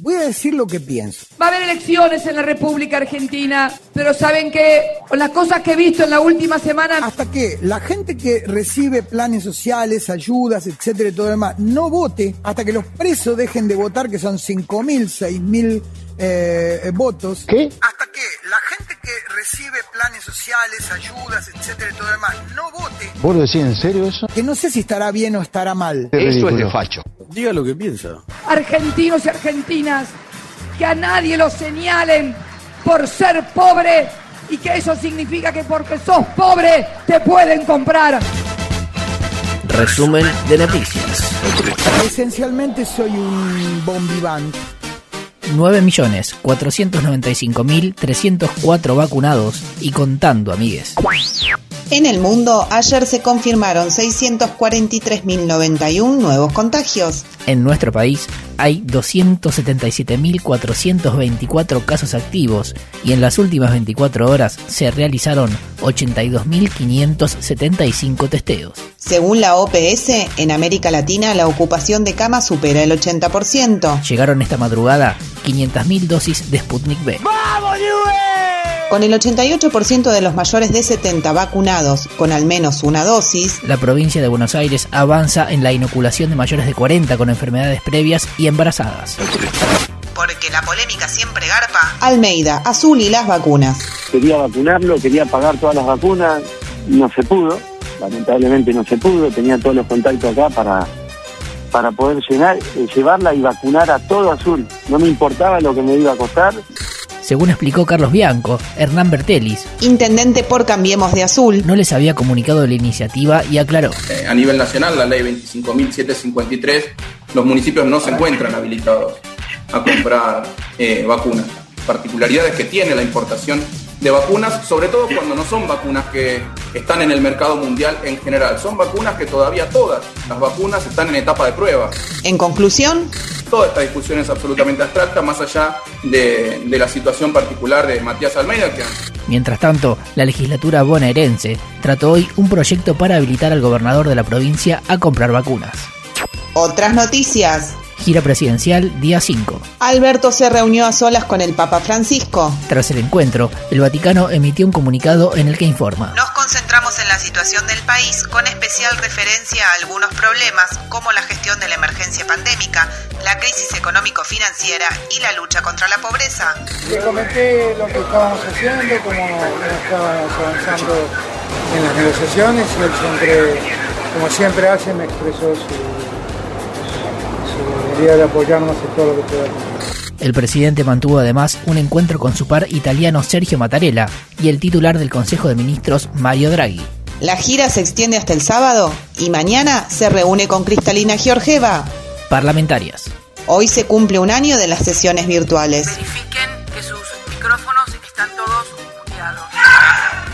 Voy a decir lo que pienso. Va a haber elecciones en la República Argentina, pero saben que con las cosas que he visto en la última semana, Hasta que la gente que recibe planes sociales, ayudas, etcétera y todo lo demás, no vote, hasta que los presos dejen de votar, que son 5.000, 6.000 eh, eh, votos. ¿Qué? Hasta que la gente que recibe planes sociales, ayudas, etcétera y todo lo demás, no vote. ¿Vos lo decís en serio eso? Que no sé si estará bien o estará mal. Qué Eso es ridículo. de facho. Diga lo que piensa. argentinos y argentinas, que a nadie los señalen por ser pobre y que eso significa que porque sos pobre te pueden comprar. Resumen de noticias. Esencialmente soy un bombiván. 9.495.304 vacunados y contando, amigues. En el mundo, ayer se confirmaron 643.091 nuevos contagios. En nuestro país hay 277.424 casos activos y en las últimas 24 horas se realizaron 82.575 testeos. Según la OPS, en América Latina la ocupación de camas supera el 80%. Llegaron esta madrugada 500.000 dosis de Sputnik B. Con el 88% de los mayores de 70 vacunados con al menos una dosis, La provincia de Buenos Aires avanza en la inoculación de mayores de 40 con enfermedades previas y embarazadas. porque la polémica siempre garpa, Almeida, Azul y las vacunas. quería vacunarlo, quería pagar todas las vacunas, no se pudo, lamentablemente no se pudo, tenía todos los contactos acá para, para poder llenar, eh, llevarla y vacunar a todo azul, no me importaba lo que me iba a costar, Según explicó Carlos Bianco, Hernán Bertelis Intendente por Cambiemos de Azul, no les había comunicado la iniciativa y aclaró. Eh, a nivel nacional, la ley 25.753, los municipios no se encuentran habilitados a comprar eh, vacunas. Particularidades que tiene la importación de vacunas, sobre todo cuando no son vacunas que están en el mercado mundial en general, son vacunas que todavía todas las vacunas están en etapa de prueba. en conclusión, Toda esta discusión es absolutamente abstracta, más allá de, de la situación particular de Matías Almeida, que Mientras tanto, la legislatura bonaerense trató hoy un proyecto para habilitar al gobernador de la provincia a comprar vacunas. otras noticias. Gira presidencial día 5. Alberto se reunió a solas con el Papa Francisco. Tras el encuentro, el Vaticano emitió un comunicado en el que informa. Nos concentramos en la situación del país con especial referencia a algunos problemas como la gestión de la emergencia pandémica, la crisis económico-financiera y la lucha contra la pobreza. Le comenté lo que estábamos haciendo, cómo estábamos avanzando en las negociaciones y él siempre, como siempre hace, me expresó su, su idea de apoyarnos en todo lo que podamos. El presidente mantuvo además un encuentro con su par italiano Sergio Mattarella y el titular del Consejo de Ministros Mario Draghi. La gira se extiende hasta el sábado y mañana se reúne con Cristalina Georgieva. Parlamentarias. Hoy se cumple un año de las sesiones virtuales. Verifiquen que sus micrófonos están todos muteados.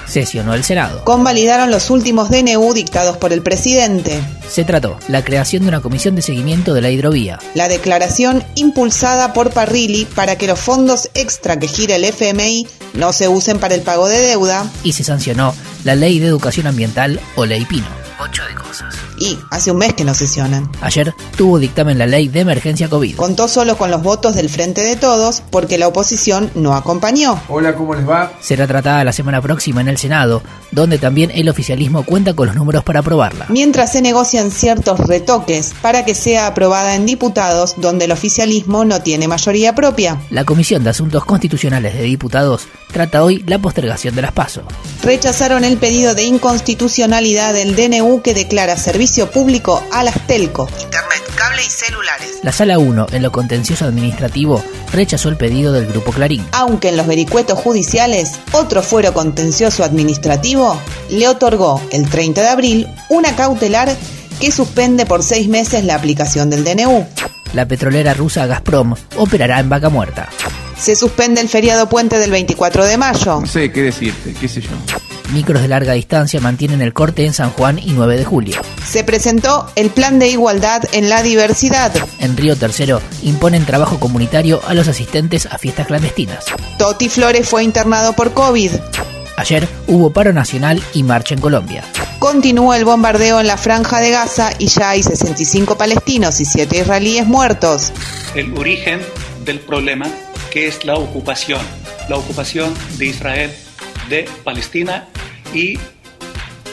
Sesionó el Senado. Convalidaron los últimos DNU dictados por el presidente. Se trató la creación de una comisión de seguimiento de la hidrovía. La declaración impulsada por Parrilli para que los fondos extra que gira el FMI no se usen para el pago de deuda y se sancionó la Ley de Educación Ambiental o Ley Pino. Ocho de cosas. y hace un mes que no sesionan. Ayer tuvo dictamen la Ley de Emergencia COVID. Contó solo con los votos del Frente de Todos porque la oposición no acompañó. Hola, ¿cómo les va? Será tratada la semana próxima en el Senado, donde también el oficialismo cuenta con los números para aprobarla. Mientras se negocian ciertos retoques para que sea aprobada en diputados donde el oficialismo no tiene mayoría propia. La Comisión de Asuntos Constitucionales de Diputados trata hoy la postergación de las PASO. Rechazaron el pedido de inconstitucionalidad del DNU que declara servicio público a las telco. Internet, cable y celulares. La Sala 1, en lo contencioso administrativo, rechazó el pedido del Grupo Clarín. Aunque en los vericuetos judiciales, otro fuero contencioso administrativo le otorgó el 30 de abril una cautelar que suspende por seis meses la aplicación del DNU. La petrolera rusa Gazprom operará en Vaca Muerta. Se suspende el feriado puente del 24 de mayo. sé qué decirte, qué sé yo. Micros de larga distancia mantienen el corte en San Juan y 9 de julio. Se presentó el Plan de Igualdad en la Diversidad. En Río Tercero imponen trabajo comunitario a los asistentes a fiestas clandestinas. Toti Flores fue internado por COVID. Ayer hubo paro nacional y marcha en Colombia. Continúa el bombardeo en la franja de Gaza y ya hay 65 palestinos y 7 israelíes muertos. el origen del problema que es la ocupación, la ocupación de Israel de Palestina y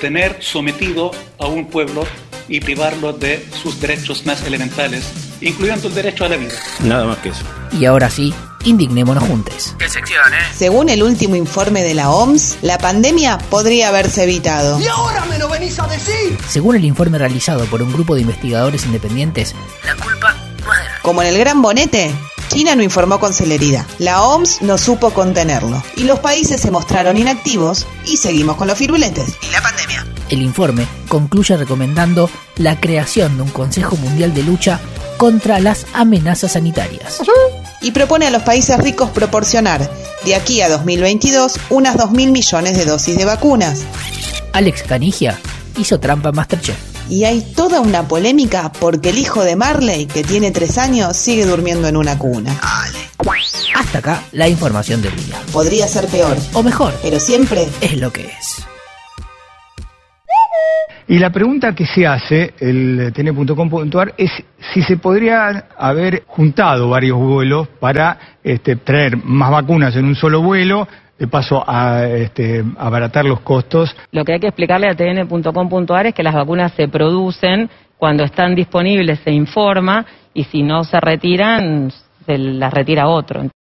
tener sometido a un pueblo y privarlo de sus derechos más elementales, incluyendo el derecho a la vida. Nada más que eso. Y ahora sí, indignémonos juntos. ¿Qué sección, eh? Según el último informe de la OMS, la pandemia podría haberse evitado. ¿Y ahora me lo venís a decir? Según el informe realizado por un grupo de investigadores independientes, La culpa no es de nadie. Como en el Gran Bonete, China no informó con celeridad, la OMS no supo contenerlo y los países se mostraron inactivos y seguimos con los firuletes. Y la pandemia. el informe concluye recomendando la creación de un Consejo Mundial de Lucha contra las amenazas sanitarias. Y propone a los países ricos proporcionar, de aquí a 2022, unas 2.000 millones de dosis de vacunas. Alex Canigia hizo trampa en Masterchef. Y hay toda una polémica porque el hijo de Marley, que tiene tres años, sigue durmiendo en una cuna. Hasta acá la información del día. Podría ser peor, O mejor, pero siempre es lo que es. Y la pregunta que se hace, el tn.com.ar, es si se podrían haber juntado varios vuelos para este, traer más vacunas en un solo vuelo, de paso a este, abaratar los costos. Lo que hay que explicarle a tn.com.ar es que las vacunas se producen, cuando están disponibles se informa y si no se retiran, se las retira otro.